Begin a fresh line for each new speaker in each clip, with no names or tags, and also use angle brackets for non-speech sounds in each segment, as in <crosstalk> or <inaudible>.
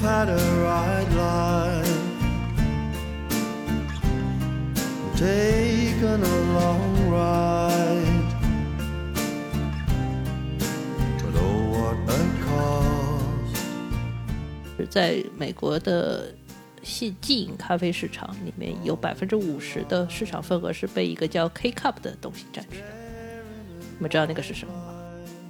had a right life. Taken a long ride. But oh, what a cost.
是在美国的细即饮咖啡市场里面，有百分之五十的市场份额是被一个叫 K Cup 的东西占据的。你们知道那个是什么吗？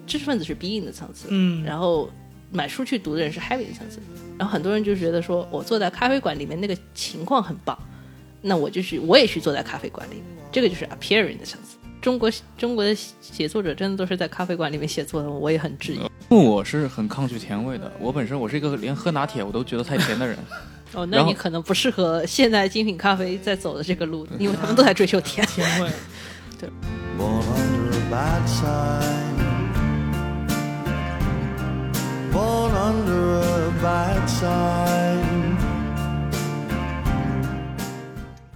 知识分子是 Being 的层次，
嗯
然后买书去读的人是 Having 的层次，然后很多人就觉得说我坐在咖啡馆里面那个情况很棒，那我就去我也去坐在咖啡馆里，这个就是 Appearing 的层次。中国中国的写作者真的都是在咖啡馆里面写作的吗，我也很质疑。
因为我是很抗拒甜味的，我本身我是一个连喝拿铁我都觉得太甜的 <laughs> 人。
哦，那
然后
你可能不适合现在精品咖啡在走的这个路，因为他们都在追求甜。
甜味，
born under a bad sign. Born under a bad sign.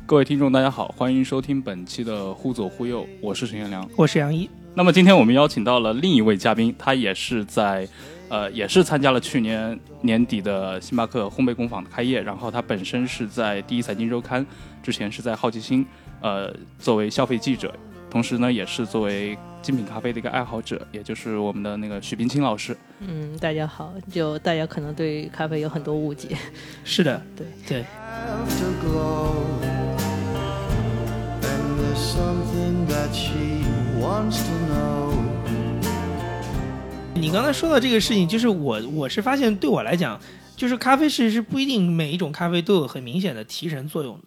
各位听众，大家好，欢迎收听本期的《忽左忽右》，我是陈彦良。
我是杨一，
那么今天我们邀请到了另一位嘉宾，他也是在，呃，也是参加了去年年底的星巴克烘焙工坊的开业，然后他本身是在第一财经周刊，之前是在好奇心，呃，作为消费记者，同时呢也是作为精品咖啡的一个爱好者，也就是我们的那个许冰清老师。
嗯，大家好，就大家可能对咖啡有很多误解。
是的，
对
对，
Afterglow. And there's something that she wants to know.
你刚才说到这个事情，就是我我是发现对我来讲，就是咖啡是是不一定每一种咖啡都有很明显的提神作用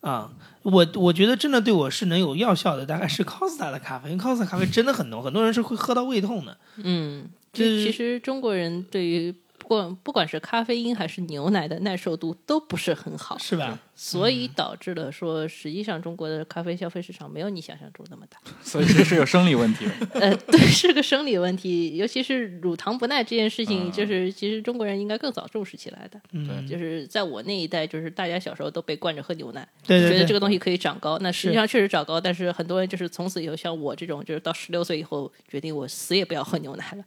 的啊。我我觉得真的对我是能有药效的，大概是 Costa 的咖啡，因为 Costa 咖啡真的很浓，很多人是会喝到胃痛的。
嗯，
这
其实中国人对于不管不管是咖啡因还是牛奶的耐受度都不是很好，
是吧？
所以导致了说，实际上中国的咖啡消费市场没有你想象中那么大。
所以这是有生理问题的。
呃，对，是个生理问题，尤其是乳糖不耐这件事情，就是其实中国人应该更早重视起来的。
嗯，
就是在我那一代，就是大家小时候都被惯着喝牛奶，
对对
觉得
对，
这个东西可以长高。那实际
是
上确实长高，但是很多人就是从此以后，像我这种，就是到十六岁以后，决定我死也不要喝牛奶了。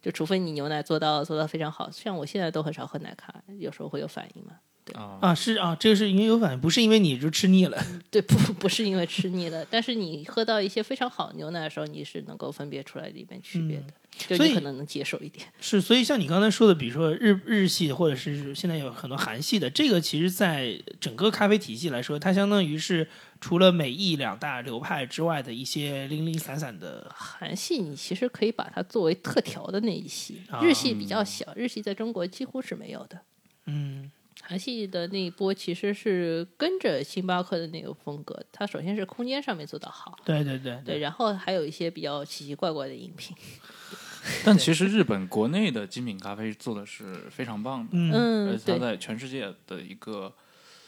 就除非你牛奶做到做到非常好，像我现在都很少喝奶咖，有时候会有反应嘛。
啊是啊，这个是因为有反应，不是因为你就吃腻了。
对，不不是因为吃腻了，但是你喝到一些非常好的牛奶的时候，你是能够分别出来里面区别的，就
嗯所
你
以
可能能接受一点。
是，所以像你刚才说的，比如说日日系或者是现在有很多韩系的，这个其实在整个咖啡体系来说，它相当于是除了美意两大流派之外的一些零零散散的。
韩系你其实可以把它作为特调的那一系，
啊
日系比较小，日系在中国几乎是没有的。
嗯，
韩系的那一波其实是跟着星巴克的那个风格，它首先是空间上面做得好，
对对对
对，
对，
然后还有一些比较奇奇怪怪的饮品，
但其实日本国内的精品咖啡做的是非常棒的，
嗯，
嗯
而，且它
对，
在全世界的一个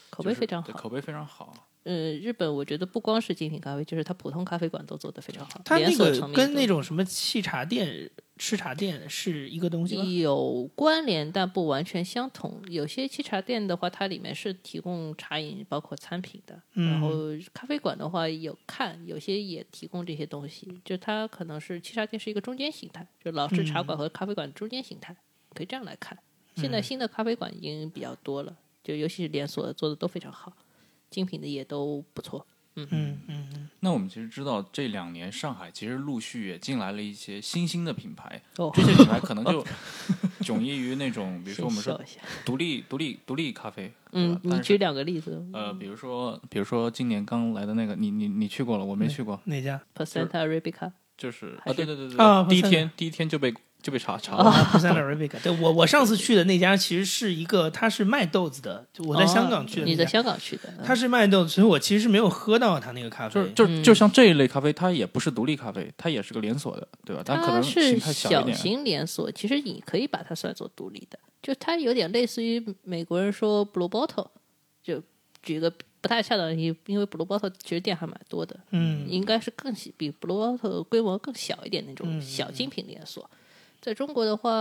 口
就
碑
是
非常
对
好
口。碑非常好。
嗯，日本我觉得不光是精品咖啡，就是它普通咖啡馆都做得非常好，
它
连
那
锁层
个
面
跟
都
那种什么沏茶店、吃茶店是一个东西吗？
有关联，但不完全相同。有些沏茶店的话，它里面是提供茶饮，包括餐品的。
嗯
然后咖啡馆的话有看，有些也提供这些东西。就它可能是沏茶店是一个中间形态，就老式茶
嗯
馆和咖啡馆中间形态，可以这样来看。现在新的咖啡馆已经比较多了，就尤其是连锁的做的都非常好，精品的也都不错。
嗯嗯，
那我们其实知道，这两年上海其实陆续也进来了一些新兴的
<laughs>
品牌，
哦，
这些品牌可
<laughs>
能就迥异于那种，比如说
先
我们
笑
说
一下。
独立、独立、独立咖啡，对
嗯
吧，
你
但
举
是
两个例子
呃，比如说，比如说今年刚来的那个，你你你去过了，我
嗯
没去过，
<laughs>
哪家？
，Placenta Arabica。
就是
还是
啊，
哦
对对对对，
啊
第一
不是
天第一天就被就被查查了，
啊，不是 Arabica。对我，我上次去的那家其实是一个，它是卖豆子的。就我在香港去的
哦
那
你
家，
在香港去的，嗯
它是卖豆子，所以我其实没有喝到它那个咖啡。
就是就
嗯
就像这一类咖啡，它也不是独立咖啡，它也是个连锁的，对吧？可能
啊是
形态小一
小
点。
型连锁，其实你可以把它算作独立的，就它有点类似于美国人说 Blue Bottle，就举一个不太恰当的例子，因为 Blue Bottle 其实店还蛮多的，
嗯
应该是更小比 Blue Bottle 规模更小一点那种
嗯
小精品连锁。在中国的话，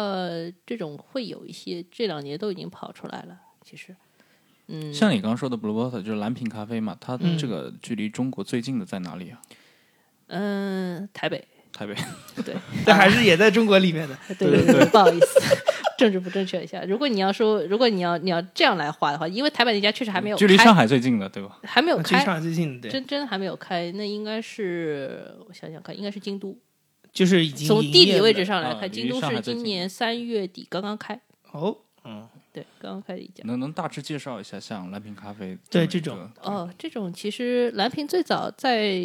这种会有一些，这两年都已经跑出来了。其实，嗯，
像你刚刚说的 Blue Bottle 就是蓝瓶咖啡嘛，它这个距离中国最近的在哪里啊？
嗯、台北，
台北。
对，
但还是也在中国里面的。
对对对，不好意思， <laughs> 政治不正确一下。如果你要说，如果你要你要这样来画的话，因为台北那家确实还没有
距离上
开，
海最近的，对吧？
还没有
啊距离上
开，
海最近对，
真真还没有开，那应该是我想想看，应该是京都。
就是已经
从
营
地
业
理位
了
置上来
啊
看，
离
京都
上海
是
最
今
近
年三月底刚刚开，
哦，嗯，
对，刚刚开的一家。
能能大致介绍一下像蓝瓶咖啡
对
么
这
一
种
个
哦，这种其实蓝瓶最早在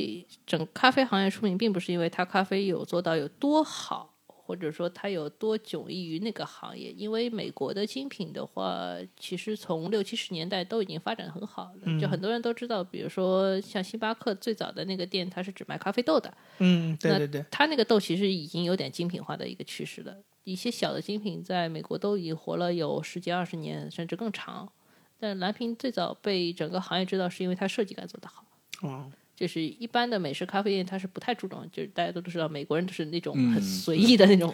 整咖啡行业出名，并不是因为它咖啡有做到有多好，或者说它有多迥异于那个行业。因为美国的精品的话，其实从六七十年代都已经发展得很好了，就很多人都知道，比如说像星巴克最早的那个店，它是只卖咖啡豆的，
嗯，对
那
对对，
它那个豆其实已经有点精品化的一个趋势了。一些小的精品在美国都已经活了有十几二十年，甚至更长。但蓝瓶最早被整个行业知道，是因为它设计感做得好。
嗯，
就是一般的美式咖啡店，它是不太注重，就是大家都知道，美国人就是那种
嗯
很随意的那种，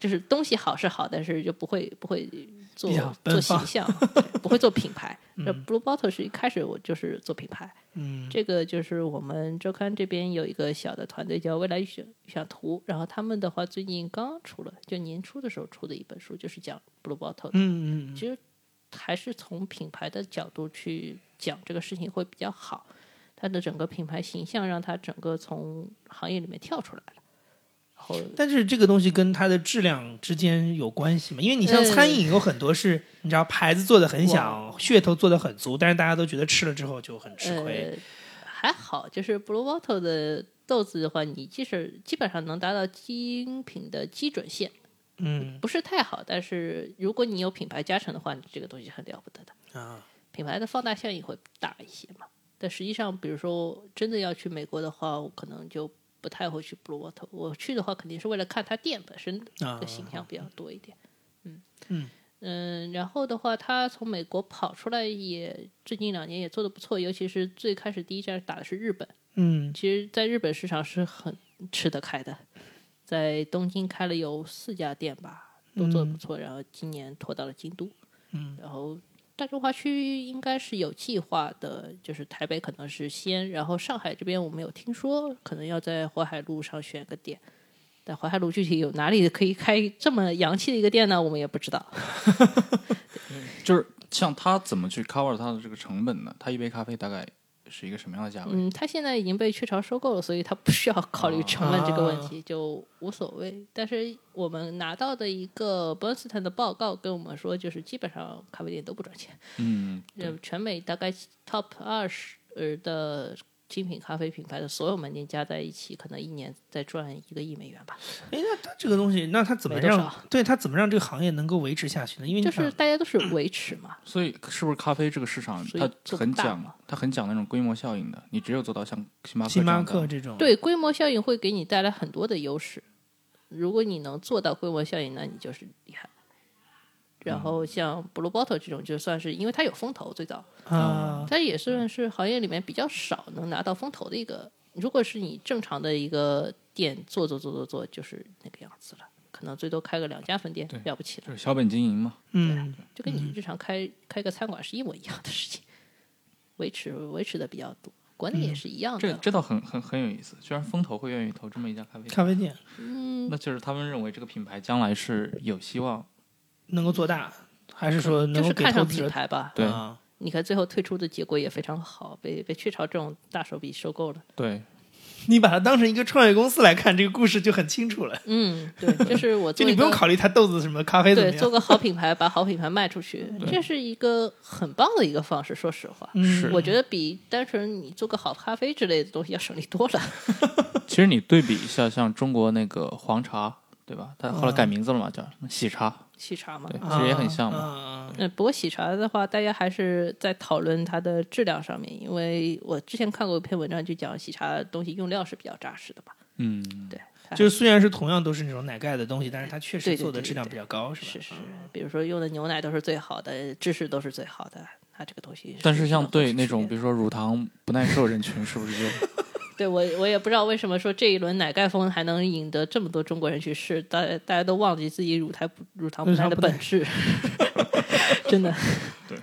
就是东西好是好，但是就不会不会做
比较奔
做
放嗯
形象，对不会做品
<laughs>
牌。那 Blue Bottle 是一开始我就是做品牌，嗯，这个就是我们周刊这边有一个小的团队叫未来预想预想图，然后他们的话最近刚出了，就年初的时候出的一本书，就是讲 Blue Bottle 的，
嗯嗯
其实还是从品牌的角度去讲这个事情会比较好。它的整个品牌形象让它整个从行业里面跳出来了，然后
但是这个东西跟它的质量之间有关系嘛？因为你
呃
像餐饮有很多是，你知道牌子做的很
嗯
响，噱头做的很足，但是大家都觉得吃了之后就很吃亏。
呃还好，就是 Blue Bottle 的豆子的话，你即使基本上能达到精品的基准线，
嗯
不是太好，但是如果你有品牌加成的话，你这个东西很了不得的。
啊，
品牌的放大效应会大一些嘛。但实际上，比如说真的要去美国的话，我可能就不太会去 Blue Water。我去的话，肯定是为了看它店本身的形象比较多一点。嗯嗯然后的话，他从美国跑出来也最近两年也做的不错，尤其是最开始第一站打的是日本，
嗯
其实在日本市场是很吃得开的，在东京开了有四家店吧，都做的不错，然后今年拖到了京都，嗯，然后大中华区应该是有计划的，就是台北可能是先，然后上海这边我们有听说可能要在淮海路上选个店。但淮海路具体有哪里可以开这么洋气的一个店呢？我们也不知道。
就是像它怎么去 cover 它的这个成本呢？它一杯咖啡大概是一个什么样的价位？
嗯，它现在已经被雀巢收购了，所以它不需要考虑成本这个问题，就无所谓。但是我们拿到的一个 Bernstein 的报告跟我们说，就是基本上咖啡店都不赚钱。
嗯，
呃，全美大概 Top 二十呃的精品咖啡品牌的所有门店加在一起，可能一年再赚一个亿美元吧。
哎，那它这个东西，那它怎么
没多
让
少
对它怎么让这个行业能够维持下去呢？因为你
就是
想
大家都是维持嘛，
所以是不是咖啡这个市场
所以
它
做不
很
大
讲
嘛
它很讲那种规模效应的？你只有做到像星巴克
星
这
巴
样的
克这种，
对规模效应会给你带来很多的优势。如果你能做到规模效应，那你就是厉害。然
嗯
后像 Blue Bottle 这种，就算是因为它有风投，最早
啊，
它也算是行业里面比较少能拿到风投的一个。如果是你正常的一个店做做做做做，就是那个样子了，可能最多开个两家分店，了不起
就
了，
是小本经营嘛。
嗯
就跟你日常开、开个餐馆是一模一样的事情，维持维持的比较多。国内
嗯
也是一样的，
这这倒很很很有意思，居然风投会愿意投这么一家咖啡店，
咖啡店
那就是他们认为这个品牌将来是有希望。
能够做大，还是说
就
能够
是
给
看
投
上
资
品
者
牌吧。
对
啊
你看最后退出的结果也非常好，被被雀巢这种大手笔收购了。
对，
你把它当成一个创业公司来看，这个故事就很清楚了。
嗯，对，就是
<laughs>
我
就
做
你
一
不用
个
考虑它豆子什么咖啡怎么
对做
样，嗯
个好品牌，把好品牌卖出去，这是一个很棒的一个方式。说实话，
是
我觉得比单纯你做个好咖啡之类的东西要省力多了。
其实你对比一下，像中国那个黄茶，对吧？它后来改名字了嘛，叫喜茶，
喜茶嘛
对，，
啊
其实也很像嘛。
啊
嗯，不过喜茶的话，大家还是在讨论它的质量上面，因为我之前看过一篇文章，就讲喜茶的东西用料是比较扎实的吧。
嗯，
对，
<laughs> 就是虽然是同样都是那种奶盖的东西，但是它确实
对对
做的
对
质量
对
比较高，是吧？
是是，
嗯
比如说用的牛奶都是最好的，芝士都是最好的，它这个东西。
但是像对那
是
种
的
比如说乳糖不耐受人群，是不是就
对我我也不知道为什么说这一轮奶盖风还能引得这么多中国人去试，大大家都忘记自己乳糖不乳糖不耐的本
<laughs>
质，真的，
对，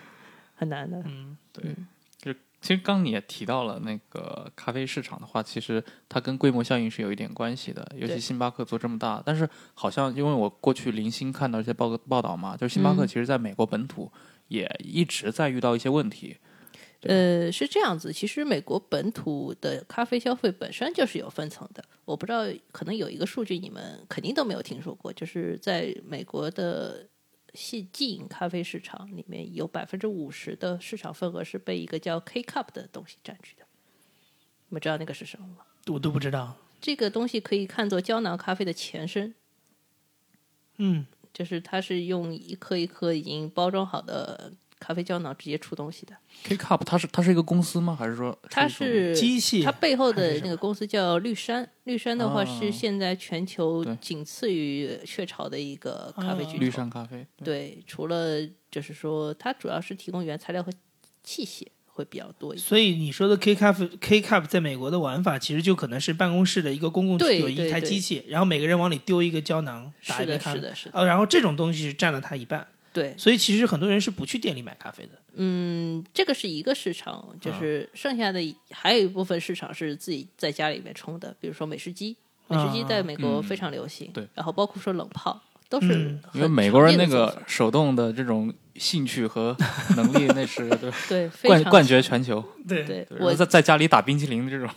很难的。
嗯，
对？就其实刚你也提到了那个咖啡市场的话，其实它跟规模效应是有一点关系的，尤其
对
星巴克做这么大，但是好像因为我过去零星看到一些报报道嘛，就是星巴克
嗯
其实在美国本土也一直在遇到一些问题，
呃，是这样子，其实美国本土的咖啡消费本身就是有分层的。我不知道，可能有一个数据你们肯定都没有听说过，就是在美国的系即饮咖啡市场里面有百分之五十的市场份额是被一个叫 K cup 的东西占据的。你们知道那个是什么吗？
我都不知道。
这个东西可以看作胶囊咖啡的前身，
嗯，
就是它是用一颗一颗已经包装好的咖啡胶囊直接出东西的。
K Cup 它是它是一个公司吗？还是说
它
一种
是
机器
它背后
还是
的
什
那个公司叫绿山，绿山的话
哦
是现在全球
对哦
仅次于雀巢的一个咖啡巨
绿
头。
山咖啡？对
对，除了就是说，它主要是提供原材料和器械会比较多一些。
所以你说的 K cup K cup 在美国的玩法，其实就可能是办公室的一个公共区
对
有一
对
台
对
机器，然后每个人往里丢一个胶囊，打
是
一杯
的，
咖
是
啡。
的，是的，
啊
哦，然后这种东西是占了它一半，
对，
所以其实很多人是不去店里买咖啡的。
嗯，这个是一个市场，
啊
就是剩下的一还有一部分市场是自己在家里面冲的，比如说美式机，美式机在美国非常流行，
啊嗯对
然后包括说冷泡都是
嗯
很
因为美国人
常
那
见的做
个
法
手动的这种兴趣和能力，
<laughs>
那是对
对非
冠
常
冠绝全球。
对
对
对
我
在在家里打冰淇淋的这种，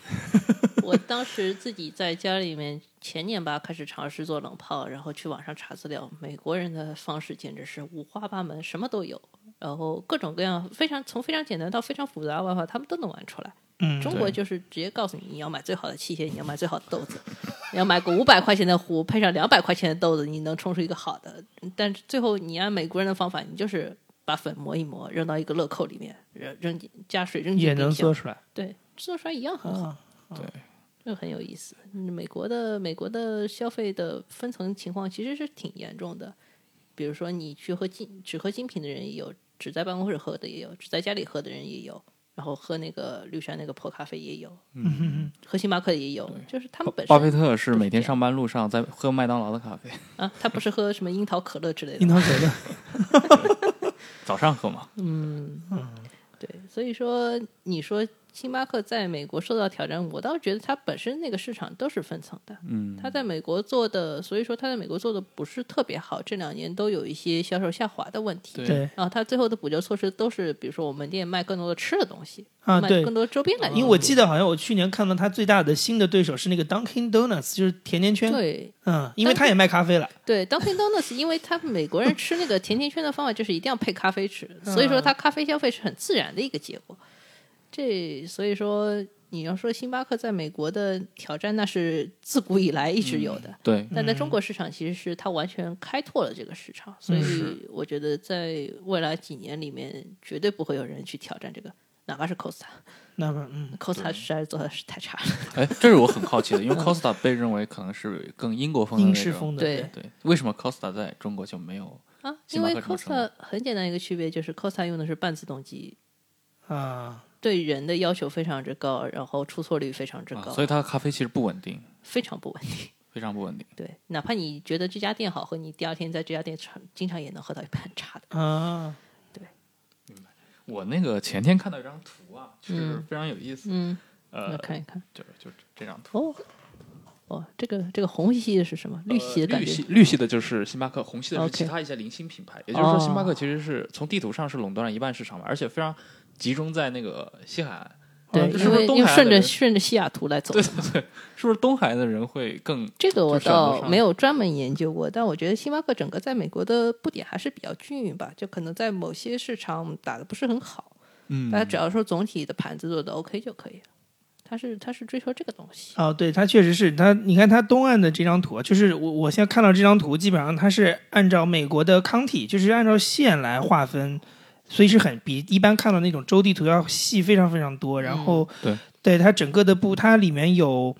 我当时自己在家里面前年吧开始尝试做冷泡，然后去网上查资料，美国人的方式简直是五花八门，什么都有，然后各种各样，非常从非常简单到非常复杂的玩法，他们都能玩出来。
嗯，
中国就是直接告诉你，你要买最好的器械，你要买最好的豆子，你要买个五百块钱的壶，配上两百块钱的豆子，你能冲出一个好的。但是最后你按美国人的方法，你就是把粉磨一磨，扔到一个乐扣里面，扔扔进加水扔进
也
冰
能
箱
做出来
对，做出来一样很好。
啊。
这很有意思。嗯美国的美国的消费的分层情况其实是挺严重的，比如说你去喝精只喝精品的人也有，只在办公室喝的也有，只在家里喝的人也有，然后喝那个绿山那个破咖啡也有，
嗯，
喝星巴克也有，就是他们本
巴
身
菲特是
不是
每天
这样
上班路上在喝麦当劳的咖啡，
啊，他不是喝什么樱桃可乐之类的
樱，桃可
<laughs>
乐，
早上喝嘛。
对，所以说你说星巴克在美国受到挑战，我倒觉得它本身那个市场都是分层的。嗯，它在美国做的，所以说它在美国做的不是特别好，这两年都有一些销售下滑的问题。
对
对
然后它最后的补救措施都是，比如说我们店卖更多的吃的东西，
啊，
卖
对
更，多周边来源。
因为我记得好像我去年看到他最大的新的对手是那个 Dunkin' Donuts，就是甜甜圈。
对
嗯，因为他也卖咖啡了。
对，Dunkin' Donuts，因为他们美国人吃那个甜甜圈的方法就是一定要配咖啡吃，
嗯
所以说他咖啡消费是很自然的一个结果。这所以说你要说星巴克在美国的挑战，那是自古以来一直有的。
对，
但在中国市场，其实是它完全开拓了这个市场，
嗯
所以我觉得在未来几年里面，绝对不会有人去挑战这个，哪怕是 Costa，Costa
那么，嗯，
实在是做的是太差了。
哎，这是我很好奇的，因为 Costa 被认为可能是更英国风的
英
那
式
种
风
嗯
的，
对
对，为什么 Costa 在中国就没有？
啊，
星
因
巴
为
克这么成
Costa 很简单一个区别就是 Costa 用的是半自动机，
啊，
对人的要求非常之高，然后出错率非常之
啊
高，
所以它的咖啡其实不稳定，
非常不稳定。
非常不稳定。
对，哪怕你觉得这家店好喝，你第二天在这家店常经常也能喝到一杯很差的。
啊，
我那个前天看到一张图啊，就是非常有意思，
嗯，
呃
那，看一看
就是就是这张图。
哦，哦，这个这个红兮兮的是什么？绿兮的
呃
感
绿
觉
系。绿系的就是星巴克，红系的是
OK
其他一些零星品牌。也就是说，
哦
星巴克其实是从地图上是垄断了一半市场嘛，而且非常集中在那个西海岸。
对，
啊这是
因
不是
为
东
因为
海岸
顺
的
着
人
顺着西雅图来走
对
的。
对对，是不是东海岸的人会更
这个我
就选择
倒
上
没有专门研究过，但我觉得星巴克整个在美国的布点还是比较均匀吧，就可能在某些市场打的不是很好，
嗯
但它只要说总体的盘子做的 OK 就可以了。它是它是追求这个东西，
哦，对，它确实是它。你看它东岸的这张图啊，就是我我现在看到这张图，基本上它是按照美国的 county，就是按照县来划分，所以是很比一般看到那种州地图要细非常非常多。然后，
对
对，它整个的布，它里面有。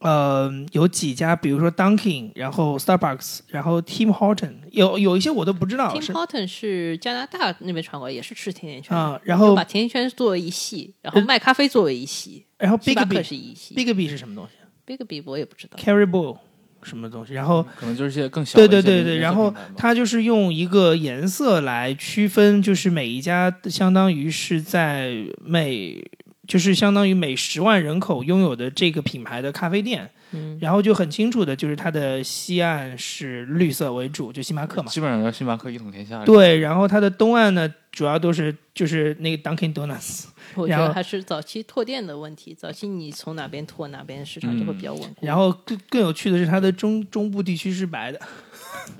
呃，有几家，比如说 Dunkin，然后 Starbucks，然后 Tim Horton，有有一些我都不知道
Tim
是
Horton 是加拿大那边传过来，也是吃甜甜圈的，
啊、嗯然后
把甜甜圈作为一系，然后卖咖啡作为一系，
然后
星巴克
Bigby，Bigby
是一系
是什么东西
，Bigby 我也不知道。
？Carry Bowl 什么东西？然后
可能就是一些更小的
对
一些
对对
零
对，
零
然
碎
后
品牌吧
它就是用一个颜色来区分，就是每一家相当于是在美就是相当于每十万人口拥有的这个品牌的咖啡店，
嗯，
然后就很清楚的就是它的西岸是绿色为主，就星巴克嘛。
基本上叫星巴克一统天下。，
对，然后它的东岸呢，主要都是就是那个 Dunkin' Donuts，
我觉
然后
得还是早期拓店的问题，早期你从哪边拓哪边市场就会比较稳固。
嗯然后更更有趣的是它的中中部地区是白的，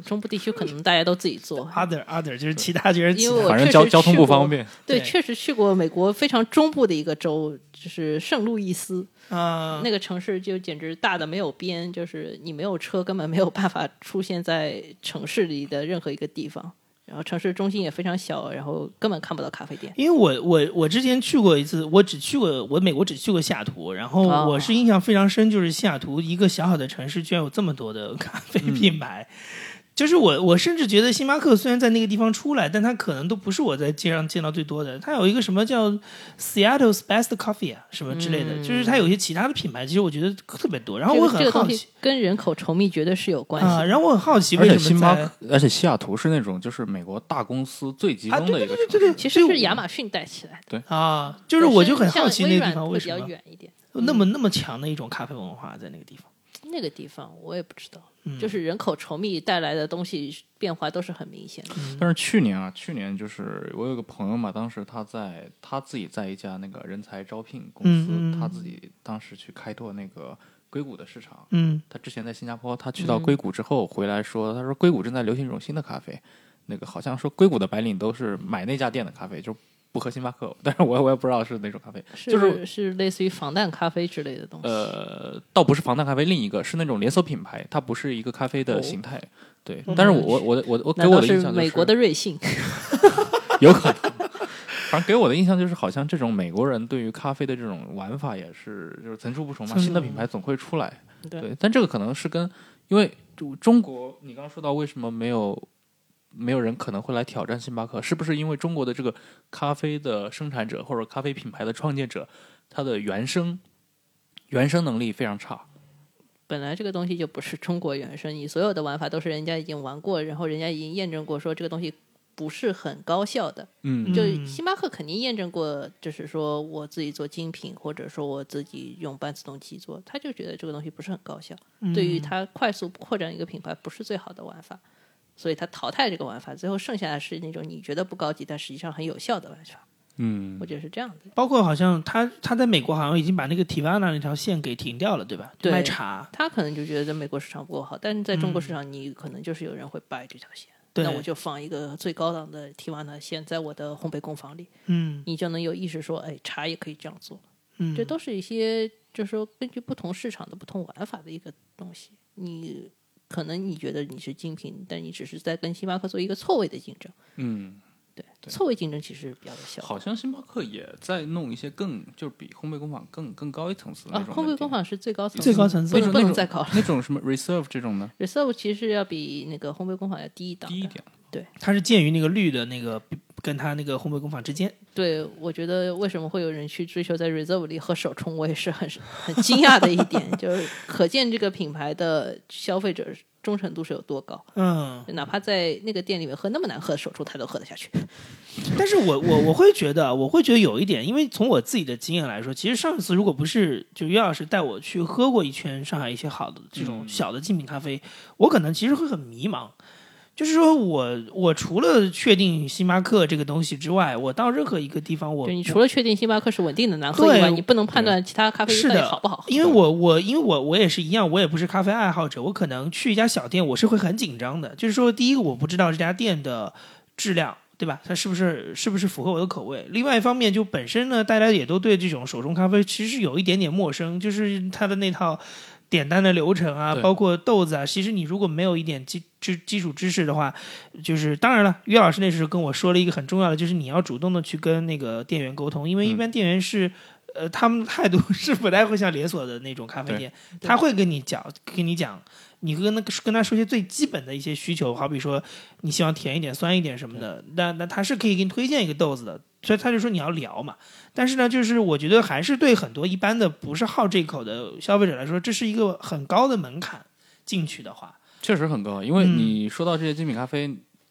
中部地区可能大家都自己做
，other other 就是其他就是其
因为我
他
反正
确
交
实
交通
去
不
过
方便。
对，
对
确实去过美国非常中部的一个州，就是圣路易斯。
啊
那个城市就简直大的没有边，就是你没有车根本没有办法出现在城市里的任何一个地方。然后城市中心也非常小，然后根本看不到咖啡店。
因为我我我之前去过一次，我只去过我美国只去过西雅图，然后
哦
我是印象非常深，就是西雅图一个小小的城市居然有这么多的咖啡
嗯
品牌，就是我我甚至觉得星巴克虽然在那个地方出来，但它可能都不是我在街上见到最多的，它有一个什么叫 Seattle's Best Coffee 啊什么之类的，就是它有一些其他的品牌，其实我觉得特别多，然
嗯
后
这
我
个这
很
个
好
东
奇
西跟人口稠密绝对是有关系
啊、
的。
然后我很好奇
而
为
且
什
星
么啊
巴
在
克。，而且西雅图是那种就是美国大公司最集中的一个城市。
其实是亚马逊带起来的，
啊，就是我就很好奇
像
那
微
个地
软
方
会
为
比
什
较
么
远一点。
那么那么强的一种咖啡文化在那个地方。
那个地方我也不知道，
嗯
就是人口稠密带来的东西变化都是很明显的。
嗯
但是去年啊，去年就是我有个朋友嘛，当时他在他自己在一家那个人才招聘公司，
嗯嗯
他自己当时去开拓那个硅谷的市场。
嗯
他之前在新加坡，他去到硅谷之后、回来说，他说硅谷正在流行一种新的咖啡，那个好像说硅谷的白领都是买那家店的咖啡，就不喝星巴克。 <laughs> 但是我我也不知道是哪种咖啡，就是是
是类似于防弹咖啡之类的东西。
呃，倒不是防弹咖啡，另一个是那种连锁品牌，它不是一个咖啡的
哦嗯
形态。对，但是我我我我我给
难
我
道
的印象、
是
就是、
美国的瑞幸？
有可能。反正给我的印象就是，好像这种美国人对于咖啡的这种玩法也是就是层出不穷嘛，
层出
新的
不
品
穷
牌总会出来。
对
对，但这个可能是跟因为中中国，你刚刚说到为什么没有没有人可能会来挑战星巴克，是不是因为中国的这个咖啡的生产者或者咖啡品牌的创建者，他的原生原生能力非常差？
本来这个东西就不是中国原生，你所有的玩法都是人家已经玩过，然后人家已经验证过，说这个东西不是很高效的。
嗯
就
嗯
星巴克肯定验证过，就是说我自己做精品，或者说我自己用半自动机做，他就觉得这个东西不是很高效，
嗯
对于他快速扩展一个品牌不是最好的玩法，所以他淘汰这个玩法，最后剩下的是那种你觉得不高级，但实际上很有效的玩法。
嗯
我，觉得是这样的。
包括好像他他在美国好像已经把那个 Tivana 那条线给停掉了，对吧？
对
卖茶，
他可能就觉得美国市场不够好，但是在中国市场，你可能就是有人会掰这条线。
对，
那我就放一个最高档的提瓦纳线在我的烘焙工坊里，
嗯
你就能有意识说，哎，茶也可以这样做。
嗯，
这都是一些，就是说根据不同市场的不同玩法的一个东西。你可能你觉得你是精品，但你只是在跟星巴克做一个错位的竞争。
嗯，
对，错位竞争其实比较有效。
好像星巴克也在弄一些更就是比烘焙工坊更更高一层次的
啊
那，种
烘焙工
门店
坊是最高层
最
次，
高层
不
次
那
能
种
不
那
能
种
再高了。 <laughs>
那种什么 reserve 这种呢，
Reserve 其实要比那个烘焙工坊要低一档
低一
的。
点。
它是建于那个绿的那个跟它那个烘焙工坊之间，
对，我觉得为什么会有人去追求在 Reserve 里喝手冲，我也是很很惊讶的一点， <laughs> 就是可见这个品牌的消费者忠诚度是有多高。
嗯，
哪怕在那个店里面喝那么难喝的手冲，他都喝得下去。
但是我我我会觉得，我会觉得有一点，因为从我自己的经验来说，其实上一次如果不是就岳老师带我去喝过一圈上海一些好的这
嗯
种小的精品咖啡，我可能其实会很迷茫。就是说我我除了确定星巴克这个东西之外，我到任何一个地方我，
就你
我
除了确定星巴克是稳定的难喝以
对
外，你不能判断其他咖啡
是
到底
的，
好不好喝。
因为我我因为我我也是一样，我也不是咖啡爱好者，我可能去一家小店，我是会很紧张的。就是说，第一个我不知道这家店的质量，对吧？它是不是是不是符合我的口味？另外一方面，就本身呢，大家也都对这种手冲咖啡其实有一点点陌生，就是它的那套。点单的流程啊，
对
包括豆子啊，其实你如果没有一点基基基础知识的话，就是当然了，岳老师那时候跟我说了一个很重要的，就是你要主动的去跟那个店员沟通，因为一般店员是、呃，他们态度是不太会像连锁的那种咖啡
对
店，他会跟你讲，跟你讲，你跟那个跟他说一些最基本的一些需求，好比说你希望甜一点、酸一点什么的，那那他是可以给你推荐一个豆子的，所以他就说你要聊嘛。但是呢，就是我觉得还是对很多一般的不是好这口的消费者来说，这是一个很高的门槛进去的话，
嗯
确实很高，因为你说到这些精品咖啡，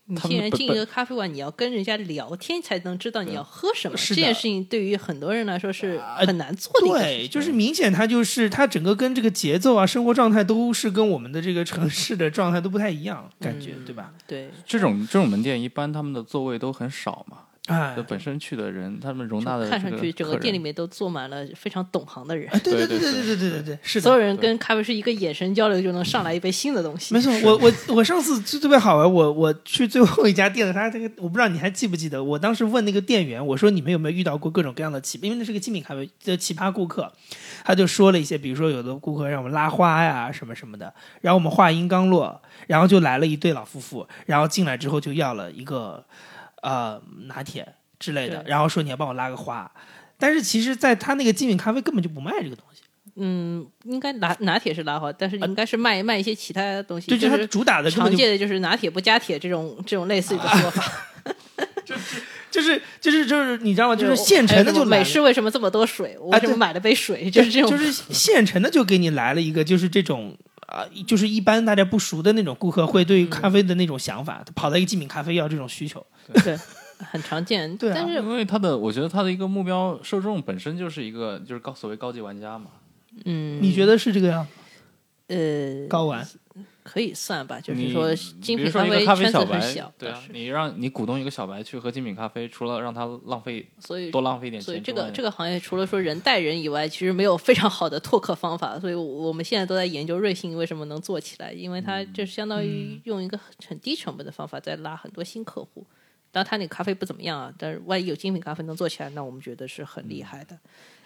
你
他
既
们
然
本
进一
本
个咖啡馆，你要跟人家聊天才能知道你要喝什么。
是
这件
的呃
事情对于很多人来说是很难做的一个事
对，
情。
就是明显它就是它整个跟这个节奏啊、生活状态都是跟我们的这个城市的状态都不太一样，感觉、对吧？
对，
这种这种门店一般他们的座位都很少嘛，
哎
就，本身去的人，他们容纳的
看上去
这
整
个
个
客人
店里面都坐满了非常懂行
<laughs>
的人，
哎，对对
对对
对对对对对对对，是
所有
的。
人跟咖啡师一个眼神交流就能上来一杯新的东西。
没错，我我我上次就特别好玩，我我去最后一家店的，他这个我不知道你还记不记得，我当时问那个店员，我说你们有没有遇到过各种各样的奇，因为那是个精品咖啡的奇葩顾客，他就说了一些，比如说有的顾客让我们拉花呀什么什么的，然后我们话音刚落，然后就来了一对老夫妇，然后进来之后就要了一个呃拿铁之类的，
对
然后说你要帮我拉个花，但是其实在他那个精品咖啡根本就不卖这个东西，
嗯，应该拿拿铁是拉花，但是
啊
应该是卖、卖一些其他东西，
对，
就
就是他
是
主打的根本
常
就
见的就是拿铁不加铁这种这种类似于的说
啊 <laughs>
法。
就是就是就是你知道吗？就是
我
现成的就
还有什么
来
哎美
了
式为什么这么多水？我
啊
为
对
什么买了杯水？ <laughs> 就是这种，
<laughs> 就是现成的就给你来了一个，就是这种啊、就是一般大家不熟的那种顾客会对于咖啡的那种想法，他跑到一个精品咖啡要这种需求，
对，很常见。
<laughs> 对啊
但是
因为他的，我觉得他的一个目标受众本身就是一个就是高所谓高级玩家嘛，
嗯，
你觉得是这个样？
呃，
高玩
可以算吧，就是
你
说
比
精
如
品
说一个
啡
咖啡
圈子
小
很
白
小，，
对
但
啊
是，
你让你鼓动一个小白去喝精品咖啡，除了让他浪费
所以
多浪费一点
所以
钱
这
之外，
个这个行业除了说人带人以外，其实没有非常好的拓客方法。所以我我们现在都在研究瑞幸为什么能做起来，因为它就是相当于用一个很很低成本的方法在拉很多新客户。当然，它那个咖啡不怎么样啊，但是万一有精品咖啡能做起来，那我们觉得是很厉害的。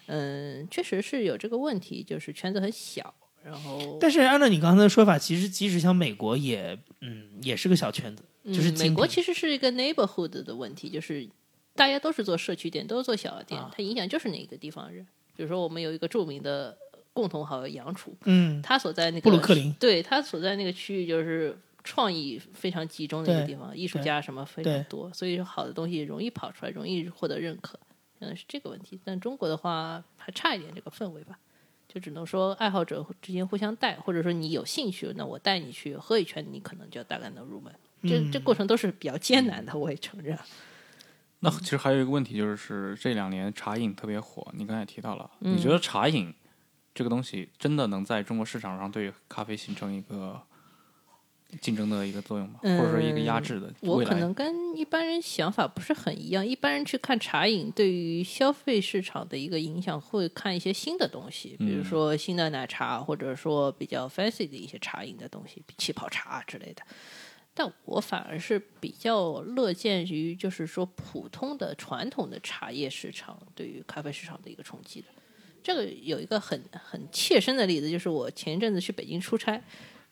嗯，确实是有这个问题，就是圈子很小，然后
但是按照你刚才的说法，其实即使像美国也，嗯，也是个小圈子，就是
嗯
精
美
品
国其实是一个 neighborhood 的问题，就是大家都是做社区店，都是做小的店，
啊
它影响就是那个地方人。比如说，我们有一个著名的共同好友杨楚，
嗯，
他所在那个
布鲁克林
对他所在那个区域就是创意非常集中的一个
对
地方，艺术家什么非
对
常多，所以说好的东西容易跑出来，容易获得认可，嗯，是这个问题。但中国的话还差一点这个氛围吧，就只能说爱好者之间互相带，或者说你有兴趣，那我带你去喝一圈，你可能就大概能入门。这
嗯
这过程都是比较艰难的，我也承认。
那
嗯
其实还有一个问题就是，这两年茶饮特别火，你刚才也提到了，你
嗯
觉得茶饮这个东西真的能在中国市场上对咖啡形成一个竞争的一个作用吗？
嗯
或者说一个压制的
我
未
可
来？
能跟一般人想法不是很一样。一般人去看茶饮对于消费市场的一个影响，会看一些新的东西，
嗯
比如说新的奶茶，或者说比较 fancy 的一些茶饮的东西，气泡茶啊之类的。但我反而是比较乐见于，就是说普通的传统的茶叶市场对于咖啡市场的一个冲击的。这个有一个很很切身的例子，就是我前一阵子去北京出差，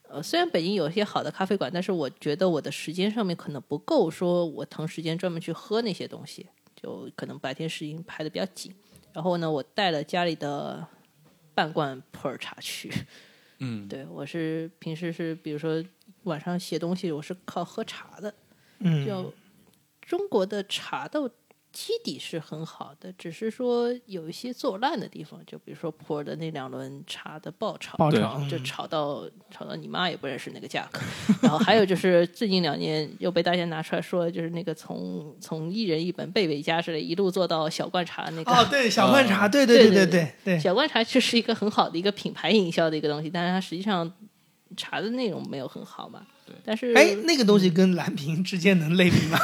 呃，虽然北京有一些好的咖啡馆，但是我觉得我的时间上面可能不够，说我腾时间专门去喝那些东西，就可能白天时间排的比较紧。然后呢，我带了家里的半罐普洱茶去。
嗯，
对我是平时是比如说晚上写东西，我是靠喝茶的。
嗯，
就中国的茶豆基底是很好的，只是说有一些做烂的地方，就比如说普洱的那两轮茶的爆炒，
爆
对
炒
就
嗯
炒到炒到你妈也不认识那个价格。然后还有就是最近两年又被大家拿出来说，就是那个从从一人一本贝贝家之类一路做到小罐茶那个。
哦，对，小罐茶，对对
嗯对
对
对
对对，
小罐茶确实是一个很好的一个品牌营销的一个东西，但是它实际上茶的内容没有很好嘛。对，但是
哎，那个东西跟蓝瓶之间能类比吗？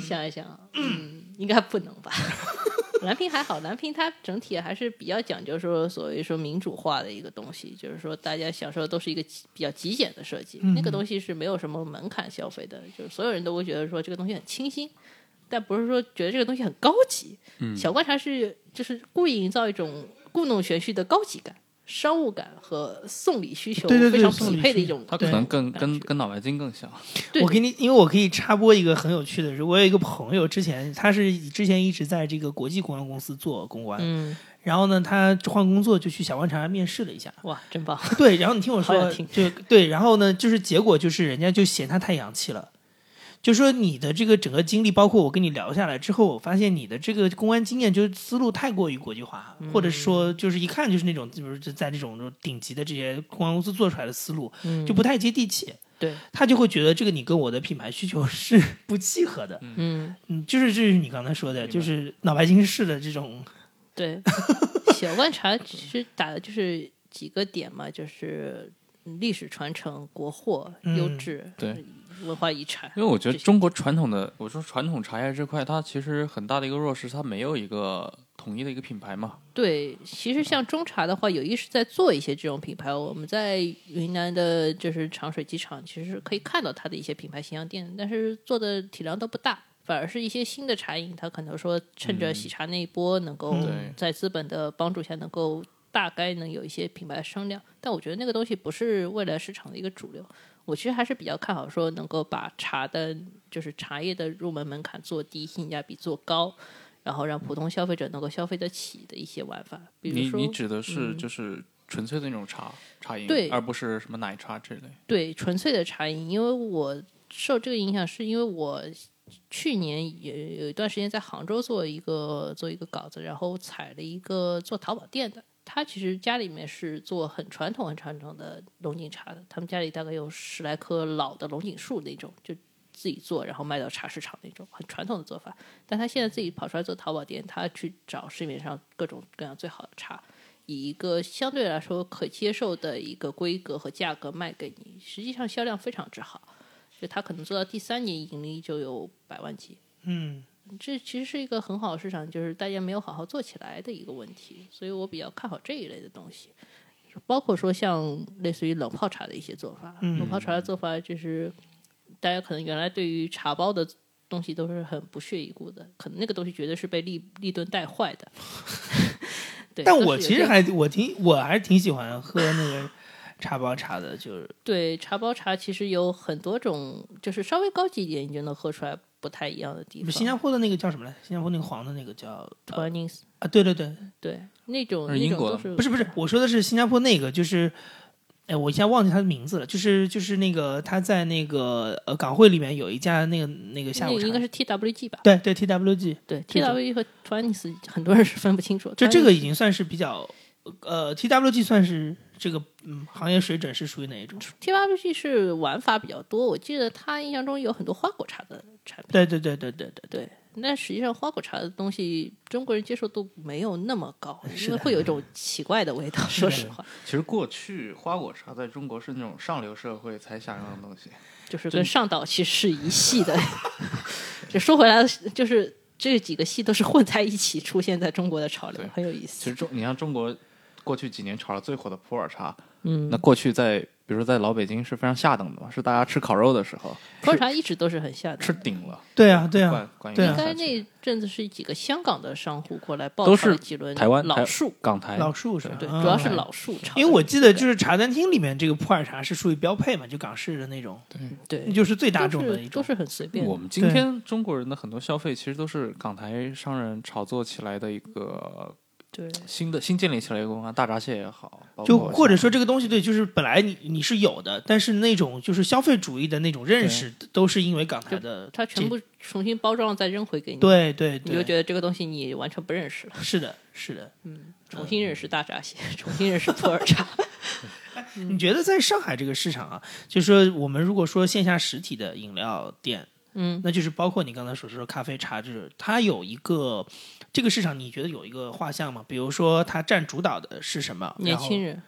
想一想，嗯，应该不能吧。 <laughs> 蓝屏还好，蓝屏它整体还是比较讲究说所谓说民主化的一个东西，就是说大家享受的都是一个极比较极简的设计，
嗯
那个东西是没有什么门槛消费的，就是所有人都会觉得说这个东西很清新，但不是说觉得这个东西很高级。
嗯
小观察是就是故意营造一种故弄玄虚的高级感、商务感和送礼需求
对对对
非常
送礼
匹配的
需
一种，
它可能更
对
跟跟脑白金更像。
对
我给你，因为我可以插播一个很有趣的事。我有一个朋友，之前他是之前一直在这个国际公关公司做公关，
嗯，
然后呢，他换工作就去小观察面试
<laughs>
了一下。
哇，真棒！
对，然后你听我
好
说
想，听
就对，然后呢，就是结果就是人家就嫌他太洋气了。就说你的这个整个经历，包括我跟你聊下来之后，我发现你的这个公关经验就是思路太过于国际化，
嗯
或者说就是一
嗯
看就是那种就是在这种顶级的这些公关公司做出来的思路，就不太接地气。
对，
他就会觉得这个你跟我的品牌需求是 <laughs> 不契合的。
嗯，
嗯，就是这是你刚才说的，就是脑白金式的这种，
对，小观察其实打的就是几个点嘛，就是历史传承、国货、
嗯
优质、
对
文化遗产。
因为我觉得
这些
中国传统的，我说传统茶叶这块，它其实很大的一个弱势，它没有一个统一的一个品牌嘛。
对，其实像中茶的话，有意识在做一些这种品牌。哦我们在云南的，就是长水机场，其实是可以看到它的一些品牌形象店，但是做的体量都不大，反而是一些新的茶饮，它可能说趁着喜茶那一波，能够
对
在资本的帮助下，能够大概能有一些品牌声量。但我觉得那个东西不是未来市场的一个主流。我其实还是比较看好说能够把茶的，就是茶叶的入门门槛做低，性价比做高，然后让普通消费者能够消费得起的一些玩法，比
你
如说
你指的是
嗯
就是纯粹的那种茶茶饮，
对
而不是什么奶茶之类。
对纯粹的茶饮，因为我受这个影响，是因为我去年有有一段时间在杭州做一个做一个稿子，然后采了一个做淘宝店的。他其实家里面是做很传统、很传统的龙井茶的，他们家里大概有十来棵老的龙井树那种，就自己做，然后卖到茶市场那种很传统的做法。但他现在自己跑出来做淘宝店，他去找市面上各种各样最好的茶，以一个相对来说可接受的一个规格和价格卖给你，实际上销量非常之好。就他可能做到第三年盈利就有百万级，
嗯，
这其实是一个很好的市场，就是大家没有好好做起来的一个问题，所以我比较看好这一类的东西，包括说像类似于冷泡茶的一些做法，
嗯
冷泡茶的做法就是大家可能原来对于茶包的东西都是很不屑一顾的，可能那个东西绝对是被利利顿带坏
<laughs>
的。对
但
都是
我
有
其
这
实还我挺我还是挺喜欢喝那个茶包茶的，就是
对茶包茶其实有很多种，就是稍微高级一点，你就能喝出来不太一样的地方。
新加坡的那个叫什么来？新加坡那个黄的那个叫
突然 ins
啊，对对对，
对那种
那是英
那种
国
都
的
是
不是不是，我说的是新加坡那个，就是，哎，我一下忘记他的名字了，就是就是那个他在那个呃港汇里面有一家那个那个下
那
午
个
茶，
应该是 TWG 吧？
对对 TWG，
对
这种
，TWG 和 Twinis 很多人是分不清楚。
就这个
Twinis
已经算是比较呃 TWG 算是这个嗯行业水准是属于哪一种？
TWG 是玩法比较多，我记得他印象中有很多花果茶的产品。
对对对对对对，
对，那实际上花果茶的东西，中国人接受度没有那么高，
呃是
因为
的
会有一种奇怪的味道。说实话，
其实过去花果茶在中国是那种上流社会才享用的东西，
就是跟上岛其实是一系的。 <laughs> 就说回来，就是这几个系都是混在一起出现在中国的潮流
对，
很有意
其
思
实。中，你像中国过去几年炒的最火的普洱茶，
嗯
那，过去在比如说在老北京是非常下等的嘛，是大家吃烤肉的时候
观察一直都是很像的。
吃顶了，
对啊对啊，
灌灌一
对啊
应
下
该
去
那阵子是几个香港的商户过来爆
都
炒了
是
几轮
台湾
老
台
树，
港台
老树是吧？
哎对，
啊
主要是老树炒的。
因为我记得就是茶餐厅里面这个普洱茶是属于标配嘛，就港式的那种，
对
那就是最大
都
众的
是
一
都
种。
是很随便的
我们今天中国人的很多消费，其实都是港台商人炒作起来的一个
对
新的新建立起来一个文化，大闸蟹也好，包
就
括
或者说这个东西对，就是本来你你是有的，但是那种就是消费主义的那种认识，都是因为港台的
它全部重新包装再扔回给你，
对对
你就
对，
觉得这个东西你完全不认识了。
是的，是的。
重新认识大闸蟹，重新认识普洱茶。嗯
你觉得在上海这个市场啊，就是说我们如果说线下实体的饮料店，
嗯，
<laughs> 那就是包括你刚才所说的咖啡茶，就是它有一个这个市场，你觉得有一个画像吗？比如说它占主导的是什么？
年轻
人。
人，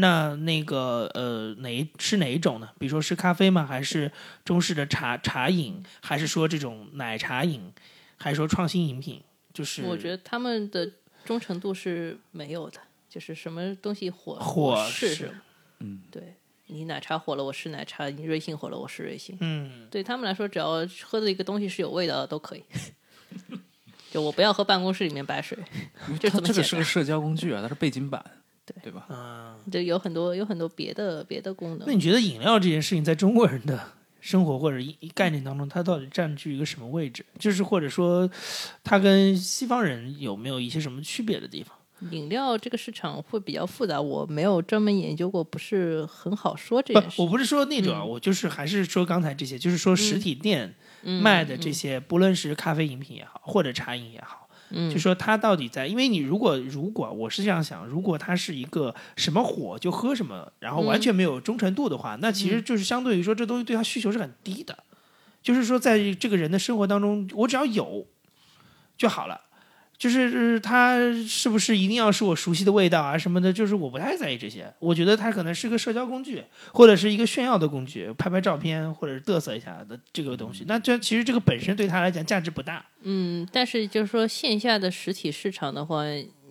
那那个呃，哪一是哪一种呢？比如说是咖啡吗？还是中式的茶茶饮？还是说这种奶茶饮？还是说创新饮品？就是
我觉得他们的忠诚度是没有的，就是什么东西火
火
我试
是
什么。嗯，对你奶茶火了，我是奶茶；你瑞幸火了，我是瑞幸。
嗯，
对他们来说，只要喝的一个东西是有味道的，都可以。 <laughs> 就我不要喝办公室里面白水，就
它
这么简
这个
单。
是个社交工具啊，它是背景板，对对吧？
对，有很多有很多别的别的功能
那。你觉得饮料这件事情在中国人的生活或者一一概念当中，它到底占据一个什么位置？就是或者说，它跟西方人有没有一些什么区别的地方？
饮料这个市场会比较复杂，我没有专门研究过，不是很好说这
不
件，事
我。不是说那种啊，我就是还是说刚才这
嗯
些，就是说实体店卖的这些，不论是咖啡饮品也好，或者茶饮也好，
嗯，
就说它到底在，因为你如果如果我是这样想，如果它是一个什么火就喝什么，然后
嗯
完全没有忠诚度的话，那其实就是相对于说这东西对他需求是很低的，就是说在这个人的生活当中，我只要有就好了。就是它是不是一定要是我熟悉的味道啊什么的，就是我不太在意这些。我觉得它可能是个社交工具，或者是一个炫耀的工具，拍拍照片或者是嘚瑟一下的这个东西。那这其实这个本身对他来讲价值不大。
嗯，但是就是说线下的实体市场的话，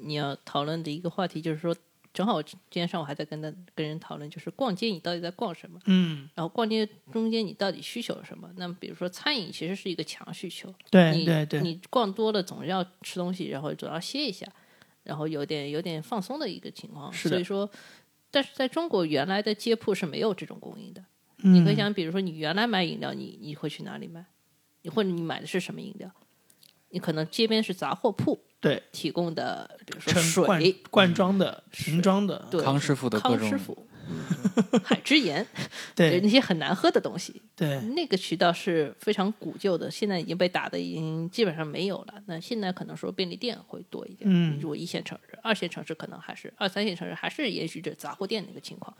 你要讨论的一个话题就是说，正好我今天上午还在跟他跟人讨论，就是逛街你到底在逛什么，
嗯，
然后逛街中间你到底需求是什么？那么比如说餐饮其实是一个强需求，
对
你
对对，
你逛多了总要吃东西，然后总要歇一下，然后有点有点放松的一个情况。
是的
所以说，但是在中国原来的街铺是没有这种供应的。你
你
可以想，比如说你原来买饮料，你你会去哪里买？你或者你买的是什么饮料？你可能街边是杂货铺
对
提供的，比如说
成罐
水，嗯
罐装的、瓶装的，
对，
康师傅的各
康
种
师
<laughs>
傅、嗯海之盐，
对
那些很难喝的东西，
对
那个渠道是非常古旧的，现在已经被打的已经基本上没有了。那现在可能说便利店会多一点，
嗯
如果一线城市、二线城市可能还是二三线城市还是延续着杂货店的一个情况。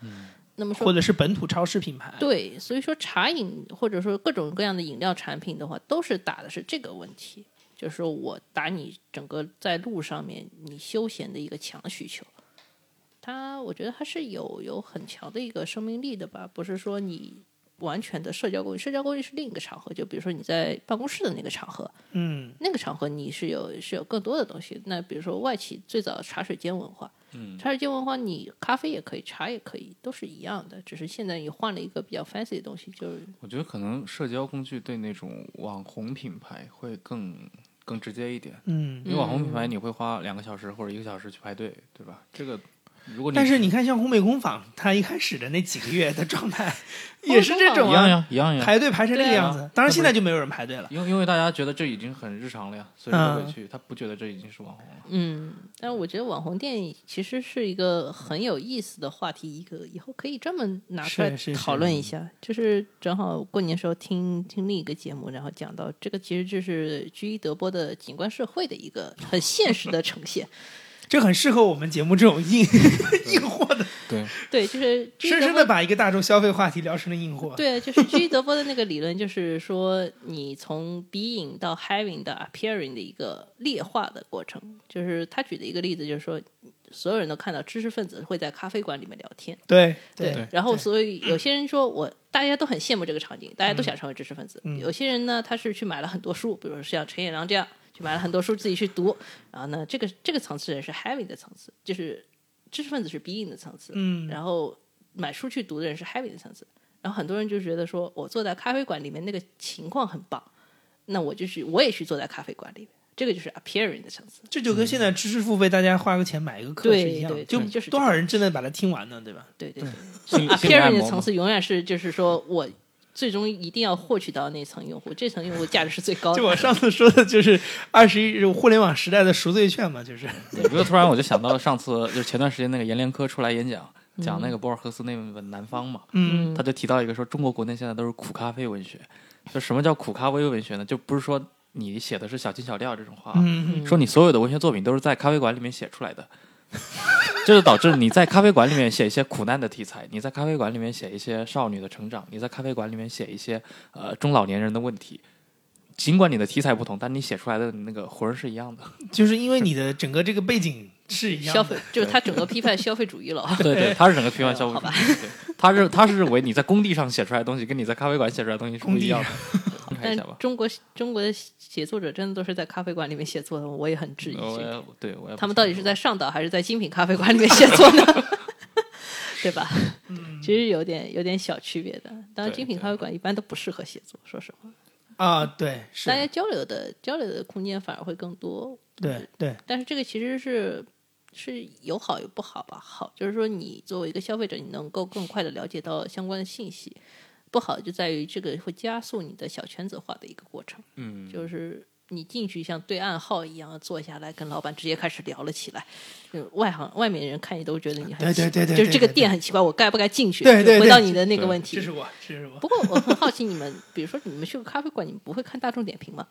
那么
嗯或
说。
者是本土超市品牌。
对，所以说茶饮或者说各种各样的饮料产品的话，都是打的是这个问题，就是说我打你整个在路上面你休闲的一个强需求。它，我觉得它是有有很强的一个生命力的吧，不是说你完全的社交工具，社交工具是另一个场合，就比如说你在办公室的那个场合，
嗯，
那个场合你是有是有更多的东西。那比如说外企最早茶水间文化，嗯，茶水间文化你咖啡也可以，茶也可以，都是一样的，只是现在你换了一个比较 fancy 的东西，就是
我觉得可能社交工具对那种网红品牌会更更直接一点，
嗯，
因为网红品牌你会花两个小时或者一个小时去排队，对吧？这个如果你
但是你看，像烘焙工坊，它一开始的那几个月的状
<laughs>
态也是这
烘焙工坊
种
一样
啊，
呀，一样呀，
排队排成那个
对啊
样子。当然，现在就没有人排队了。
因为因为大家觉得这已经很日常了呀，所以不
嗯
会去，他不觉得这已经是网红了。
嗯，但我觉得网红店其实是一个很有意思的话题，一个以后可以专门拿出来
是是是
讨论一下。就是正好过年时候听听另一个节目，然后讲到这个，其实就是居伊德波的景观社会的一个很现实的呈
<laughs>
现。
这很适合我们节目这种硬 <laughs> 硬货的，
对，
对，就是居伊
深
德
深
波
的把一个大众消费话题聊成了硬货。
对，就是居德波的那个理论，就是说你从 being 到 having 到 appearing 的一个劣化的过程。就是他举的一个例子，就是说所有人都看到知识分子会在咖啡馆里面聊天，
对
对
然后所以有些人说我大家都很羡慕这个场景，大
嗯
家都想成为知识分子。有些人呢，他是去买了很多书，比如说像陈彦良这样，去买了很多书自己去读。然后呢，这个这个层次人是 having 的层次，就是知识分子是 being 的层次。
嗯
然后买书去读的人是 having 的层次。然后很多人就觉得说，我坐在咖啡馆里面那个情况很棒，那我就去我也去坐在咖啡馆里面，这个就是 appearing 的层次。
这就跟现在知识付费，大家花个钱买一个课
对
是一样的，
对
就
对就是
多少人真的把它听完呢，对吧？
对对对，
<laughs> 心
啊
理心理按
appearing 的
摩
层
嘛。
次永远是就是说我最终一定要获取到那层用户，这层用户价值是最高
就我
的。
上次说的，就是二十一互联网时代的赎罪券嘛，就是
你这突然我就想到了上次，就是前段时间那个阎连科出来演讲，讲那个博尔赫斯那本《南方》嘛，
嗯
他就提到一个说，中国国内现在都是苦咖啡文学。就什么叫苦咖啡文学呢？就不是说你写的是小情小调这种话啊，
嗯
说你所有的文学作品都是在咖啡馆里面写出来的，这就导致你在咖啡馆里面写一些苦难的题材，你在咖啡馆里面写一些少女的成长，你在咖啡馆里面写一些呃中老年人的问题。尽管你的题材不同，但你写出来的那个魂儿是一样的。
就是因为你的整个这个背景是
嗯
一样
消
的，
费就是他整个批判消费主
<laughs>
义了，
对对，他是整个批判消费
好
主
吧
义。对他是他是认为你在工地上写出来的东西，跟你在咖啡馆写出来的东西是不一样的。看一
但
下吧。
中国中国的写作者真的都是在咖啡馆里面写作的吗，我也很质疑这
哦我
个。
也对我也不
他们
清楚
到底是在上岛还是在精品咖啡馆里面写作
<laughs>
呢？对吧？其实有点有点小区别的。当然，
嗯对
精品
对
咖啡馆一般都不适合写作，说实话，
啊，对，是
大，家交流的交流的空间反而会更多。
对对，
但是这个其实是是有好有不好吧。好就是说，你作为一个消费者，你能够更快的了解到相关的信息；不好就在于这个会加速你的小圈子化的一个过程。
嗯，
就是你进去像对暗号一样坐下来，跟老板直接开始聊了起来。就外行外面人看你都觉得你很
对
奇
对对对
就是这
对
个
对
店很奇怪，我该不该进去？
对
就
对
回
对
到你的那个
对
问题，
这是我，这是我，
不过我很好奇，你们比如说你们去个咖啡馆，你们不会看大众点评吗？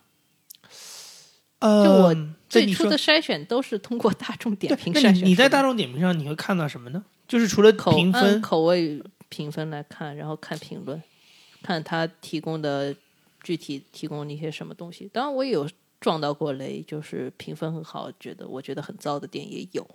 呃，
就我
那
最
你
初
说
的筛选都是通过大众点
对，
评
那
筛
你
选出来的。
你在大众点评上你会看到什么呢？就是除了
口
评
按
分，
口味评分来看，然后看评论，看他提供的具体提供了一些什么东西。当然，我也有撞到过雷，就是评分很好，觉得我觉得很糟的店也有。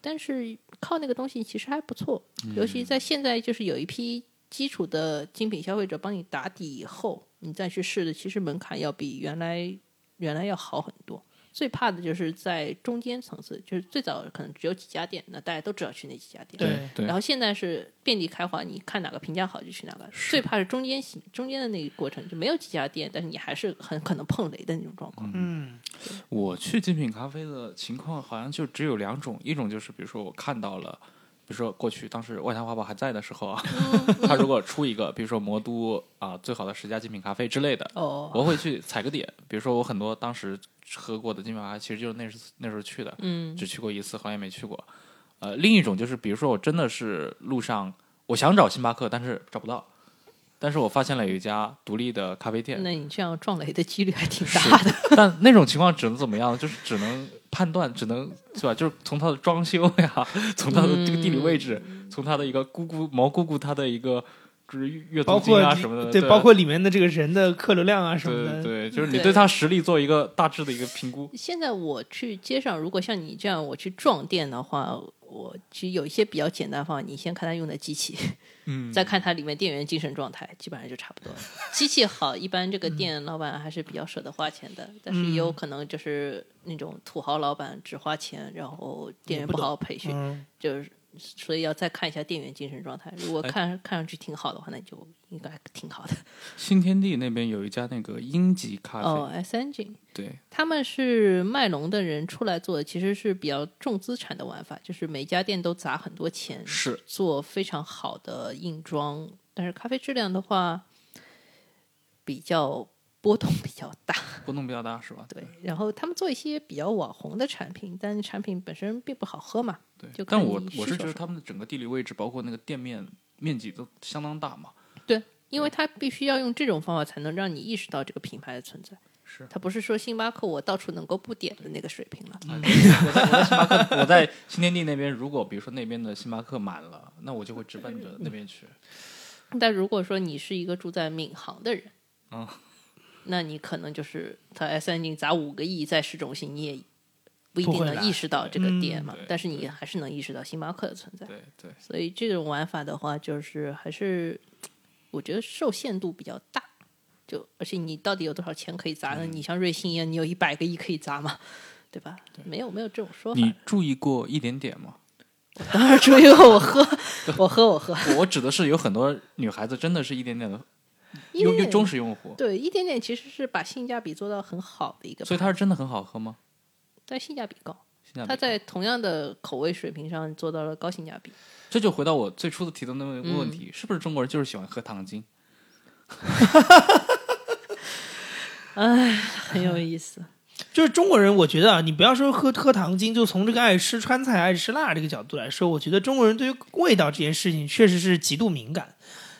但是靠那个东西其实还不错，尤其在现在就是有一批基础的精品消费者帮你打底以后，你再去试的，其实门槛要比原来原来要好很多。最怕的就是在中间层次，就是最早可能只有几家店，那大家都知道去那几家店。
对
对
然后现在是遍地开花，你看哪个评价好就去哪个。最怕是中间型中间的那个过程，就没有几家店，但是你还是很可能碰雷的那种状况。
嗯，
我去精品咖啡的情况好像就只有两种，一种就是比如说我看到了，比如说过去当时外滩花宝还在的时候啊，
嗯
<laughs> 他如果出一个，比如说魔都啊、最好的十家精品咖啡之类的，
哦，
我会去踩个点。比如说我很多当时喝过的精品咖啡，其实就是那时那时候去的，
嗯
只去过一次，后来也没去过。呃，另一种就是比如说我真的是路上我想找星巴克，但是找不到，但是我发现了有一家独立的咖啡店，
那你这样撞雷的几率还挺大的。
但那种情况只能怎么样？就是只能判断，只能是吧？就是从它的装修呀，从它的这个地理位置，从它的一个姑姑毛姑姑，它的一个就是阅
包
读
括
经啊
你
什么的，
对，
对，
包括里面的这个人的客流量啊什
对
么的，
对，就是你
对
对它实力做一个大致的一个评估。
现在我去街上，如果像你这样我去撞店的话，我其实有一些比较简单的方法，你先看他用的机器，
嗯，
再看它里面店员精神状态，基本上就差不多了。机器好，一般这个店老板还是比较舍得花钱的，但是也有可能就是那种土豪老板只花钱，然后店员不好好培训，
嗯，
就是所以要再看一下店员精神状态。如果看、看上去挺好的话，那就应该挺好的。
新天地那边有一家那个英吉咖啡，
哦，S Engine。
对，
他们是卖龙的人出来做的，其实是比较重资产的玩法，就是每家店都砸很多钱，
是
做非常好的硬装，但是咖啡质量的话比较波动比较大。
波动比较大是吧？
对，然后他们做一些比较网红的产品，但产品本身并不好喝嘛。
对，
就看
但我
你需
我是
求
觉得
什
他们的整个地理位置，包括那个店面面积都相当大嘛。
对，因为它必须要用这种方法才能让你意识到这个品牌的存在。
是嗯
它不是说星巴克我到处能够不点的那个水平了。<laughs>
啊我在我在星巴克，我在新天地那边，如果比如说那边的星巴克满了，那我就会直奔着那边去。
但如果说你是一个住在闵行的人，
嗯
那你可能就是他 S 三零砸五个亿在市中心，你也不一
不
定
会来
能意识到这个店嘛
嗯对，
但是你还是能意识到星巴克的存在。
对对，
所以这种玩法的话，就是还是我觉得受限度比较大。就而且你到底有多少钱可以砸
嗯
呢？你像瑞幸一样，你有一百个亿可以砸吗？对吧？没有没有这种说法。
你注意过一点点吗？
当然，只有我喝，我喝，我喝。
我我指的是有很多女孩子真的是一点点的
因
用
为
用忠实用户，
对一点点其实是把性价比做到很好的一个，
所以它是真的很好喝吗？
但性价比高。
性价比
它在同样的口味水平上做到了高性价比。
这就回到我最初的提的那个问
嗯
题，是不是中国人就是喜欢喝糖精？
很有意
<laughs>
思。
就是中国人，我觉得啊，你不要说喝喝糖精，就从这个爱吃川菜、爱吃辣这个角度来说，我觉得中国人对于味道这件事情确实是极度敏感，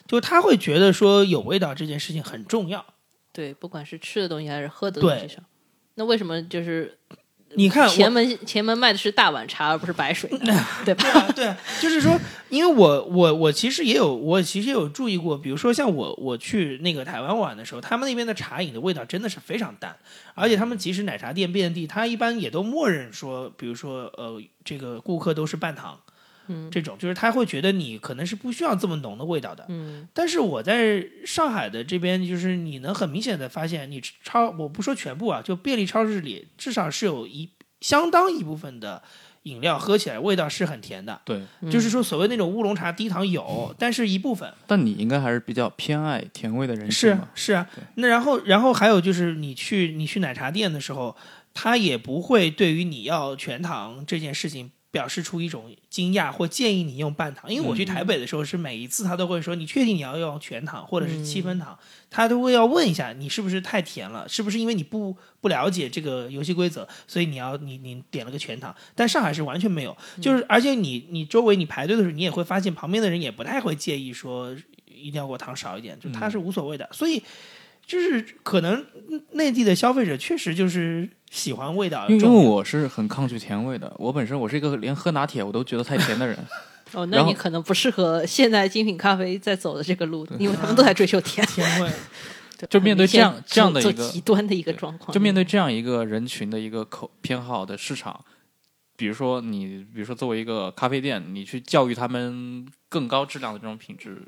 就他会觉得说有味道这件事情很重要。
对，不管是吃的东西还是喝的东西
对
上，那为什么就是
你看，我。
前门前门卖的是大碗茶而不是白水呢， <laughs> 对吧？
对啊，就是说，因为我我我其实也有，我其实也有注意过，比如说像我我去那个台湾玩的时候，他们那边的茶饮的味道真的是非常淡，而且他们即使奶茶店遍地，他一般也都默认说，比如说呃，这个顾客都是半糖。
<laughs>
嗯
这种就是他会觉得你可能是不需要这么浓的味道的，
嗯，
但是我在上海的这边，就是你能很明显的发现，你超我不说全部啊，就便利超市里至少是有一相当一部分的饮料喝起来味道是很甜的，
对，
嗯
就是说所谓那种乌龙茶低糖有，但是一部分
但你应该还是比较偏爱甜味的人
是
嘛？
是啊。那然后然后还有就是你去你去奶茶店的时候，他也不会对于你要全糖这件事情。表示出一种惊讶或建议你用半糖，因为我去台北的时候是每一次他都会说你确定你要用全糖或者是七分糖，他都会要问一下你是不是太甜了，是不是因为你不不了解这个游戏规则，所以你要你你点了个全糖。但上海是完全没有，
嗯
就是而且你你周围你排队的时候，你也会发现旁边的人也不太会介意说一定要给我糖少一
嗯
点，就他是无所谓的。所以就是可能内地的消费者确实就是喜欢味道
因
重
为
要。
因为我是很抗拒甜味的，我本身我是一个连喝拿铁我都觉得太甜的人，
哦，
然
那
后
你可能不适合现在精品咖啡在走的这个路，因为他们都在追求甜。
甜
<laughs>
味，
对
就 <laughs> 面对这样
很明显
这样的
做
一个
极端的一个状况，
就面对这样一个人群的一个口偏好的市场，比如说你，比如说作为一个咖啡店，你去教育他们更高质量的这种品质，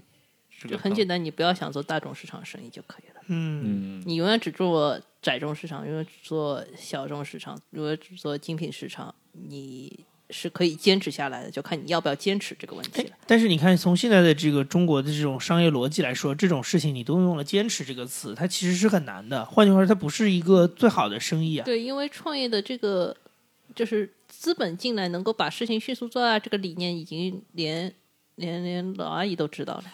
这
就
个
很
可能
简单，你不要想做大众市场生意就可以了。
嗯，
嗯，
你永远只做窄众市场，永远只做小众市场，永远只做精品市场，你是可以坚持下来的，就看你要不要坚持这个问题了。
但是你看，从现在的这个中国的这种商业逻辑来说，这种事情你都用了“坚持”这个词，它其实是很难的。换句话说，它不是一个最好的生意啊。
对，因为创业的这个就是资本进来能够把事情迅速做大，这个理念已经连连连老阿姨都知道了。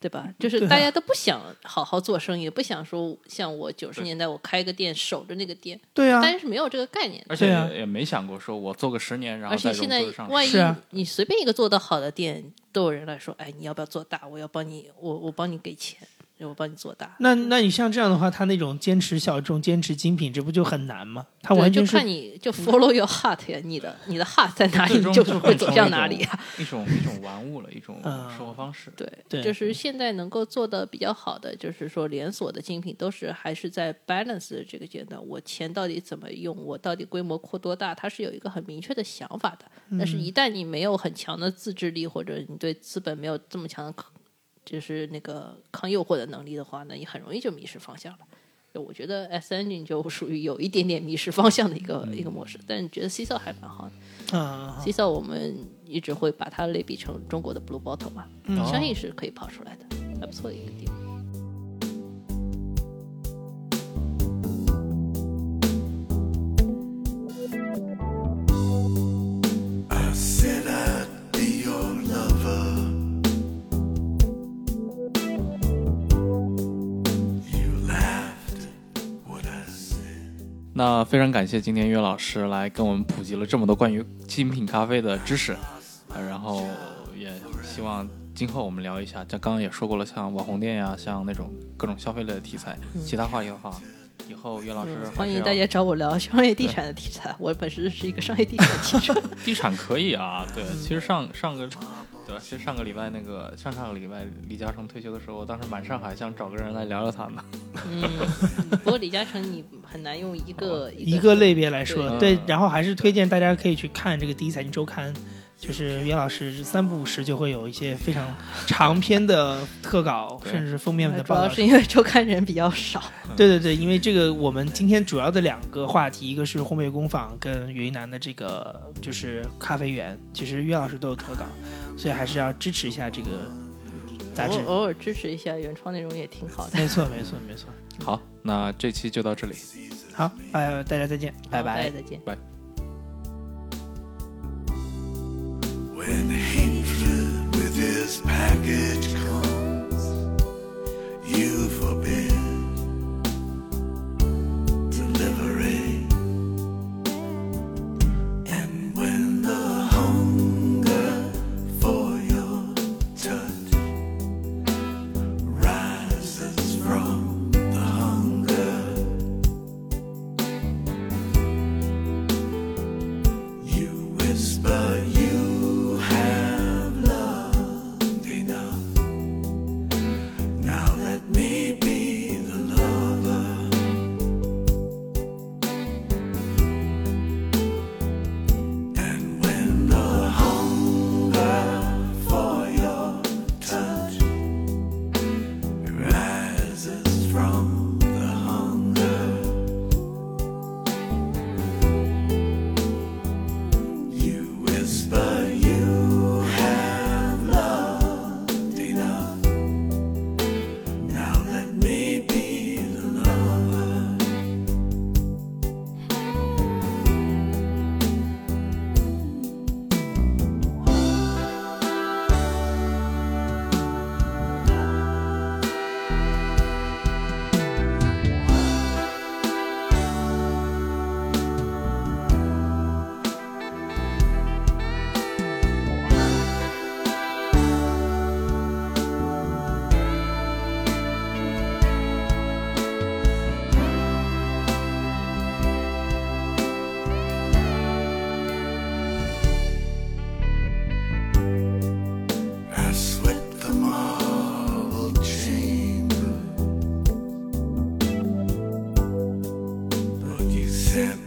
对吧？就是
对啊
大家都不想好好做生意，不想说像我九十年代我开个店守着那个店，
对啊
大，家是没有这个概念的。
而且
对啊
也没想过说我做个十年，然后
而
再
且
融
现在
资上市。
万一
是啊
你随便一个做得好的店，都有人来说，哎，你要不要做大？我要帮你，我我帮你给钱，我帮你做大。
那那你像这样的话，他那种坚持小众、坚持精品，这不就很难吗？他
对，
啊完
就
全是
看你就 follow your heart 呀，你的你的 heart 在哪里，
最
你
终
就
就是是
会走向哪里啊呀。
一种一种玩物了，一种
嗯
生活方式。
对，
对嗯
就是现在能够做的比较好的，就是说连锁的精品都是还是在 balance 的这个阶段，我钱到底怎么用，我到底规模扩多大，它是有一个很明确的想法的。
嗯
但是，一旦你没有很强的自制力，或者你对资本没有这么强的抗，就是那个抗诱惑的能力的话呢，你很容易就迷失方向了。就我觉得 S Engine 就属于有一点点迷失方向的一个、一个模式，但是觉得 C 色还蛮好的。
啊，
C 色我们一直会把它类比成中国的 Blue Bottle 嘛，
嗯
相信是可以跑出来的，还不错的一个地方。
Said I'd be your lover. You laughed what I said.
那非常感谢今天岳老师来跟我们普及了这么多关于精品咖啡的知识，呃然后也希望今后我们聊一下，像刚刚也说过了，像网红店呀、啊像那种各种消费类的题材，其他话题的话，以后岳
哦
老师还是要
嗯欢迎大家找我 <laughs> 聊商业地产的题材，我本身是一个商业地产记者。
地产可以啊，对，其实上上个。对，其实上个礼拜那个上上个礼拜李嘉诚退休的时候，我当时满上海想找个人来聊聊他呢。
<laughs> 嗯，不过李嘉诚你很难用哦一个
一个类别来说，
对
嗯
对，然后还是推荐大家可以去看这个《第一财经周刊》，就是袁老师三不五时就会有一些非常长篇的特稿，
对
甚至是封面的
主
报道
要。是因为周刊人比较少，
对对对，因为这个我们今天主要的两个话题，一个是烘焙工坊跟云南的这个就是咖啡园，其实岳老师都有投稿，所以还是要支持一下这个杂志
偶。偶尔支持一下原创内容也挺好的。
没错没错没错。
好，那这期就到这里。
好，呃，大家再见，拜
好大
拜
家。再见。
When hatred with his package comes, you forbid delivery. And when the hunger for your touch rises from the hunger, you whisper you have loved enough. them